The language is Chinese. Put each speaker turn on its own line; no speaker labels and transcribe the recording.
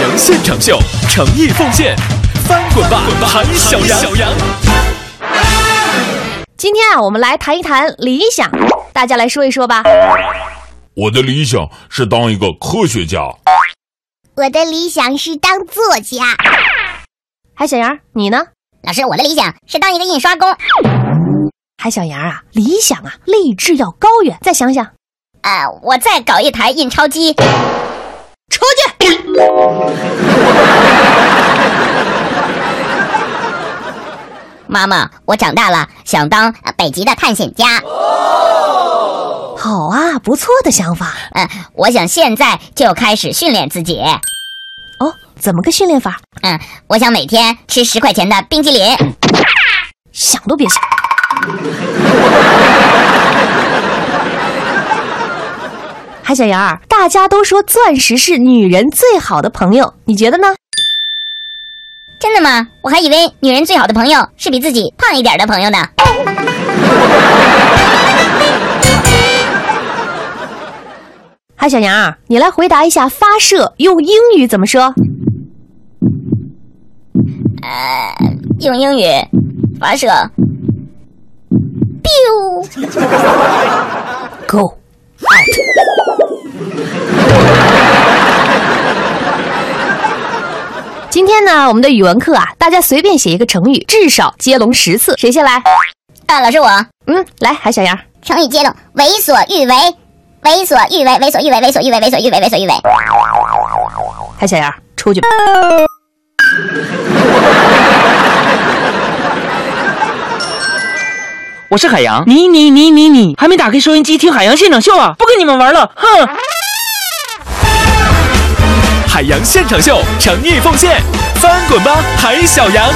人现场秀，诚意奉献，翻滚吧，韩小羊！
今天啊，我们来谈一谈理想，大家来说一说吧。
我的理想是当一个科学家。
我的理想是当作家。
海小羊，你呢？
老师，我的理想是当一个印刷工。
海小羊啊，理想啊，立志要高远。再想想，
呃，我再搞一台印钞机。
出去。
妈妈，我长大了想当呃北极的探险家。
好啊，不错的想法
呃，我想现在就开始训练自己。
哦。怎么个训练法？
嗯，我想每天吃十块钱的冰激凌。
想都别 想。海小羊儿，大家都说钻石是女人最好的朋友，你觉得呢？
真的吗？我还以为女人最好的朋友是比自己胖一点的朋友呢。
海小羊儿，你来回答一下发射用英语怎么说？
用英语发射，biu。
Go。今天呢，我们的语文课啊，大家随便写一个成语，至少接龙十次，谁先来？
啊，老师我
嗯，来，海小羊，
成语接龙，为所欲为，为所欲为，为所欲为，为所欲为，为所欲为，为所欲为。
海小羊，出去吧。
我是海洋，你你你你你还没打开收音机听海洋现场秀啊？不跟你们玩了，哼！
海洋现场秀，诚意奉献，翻滚吧，海小羊！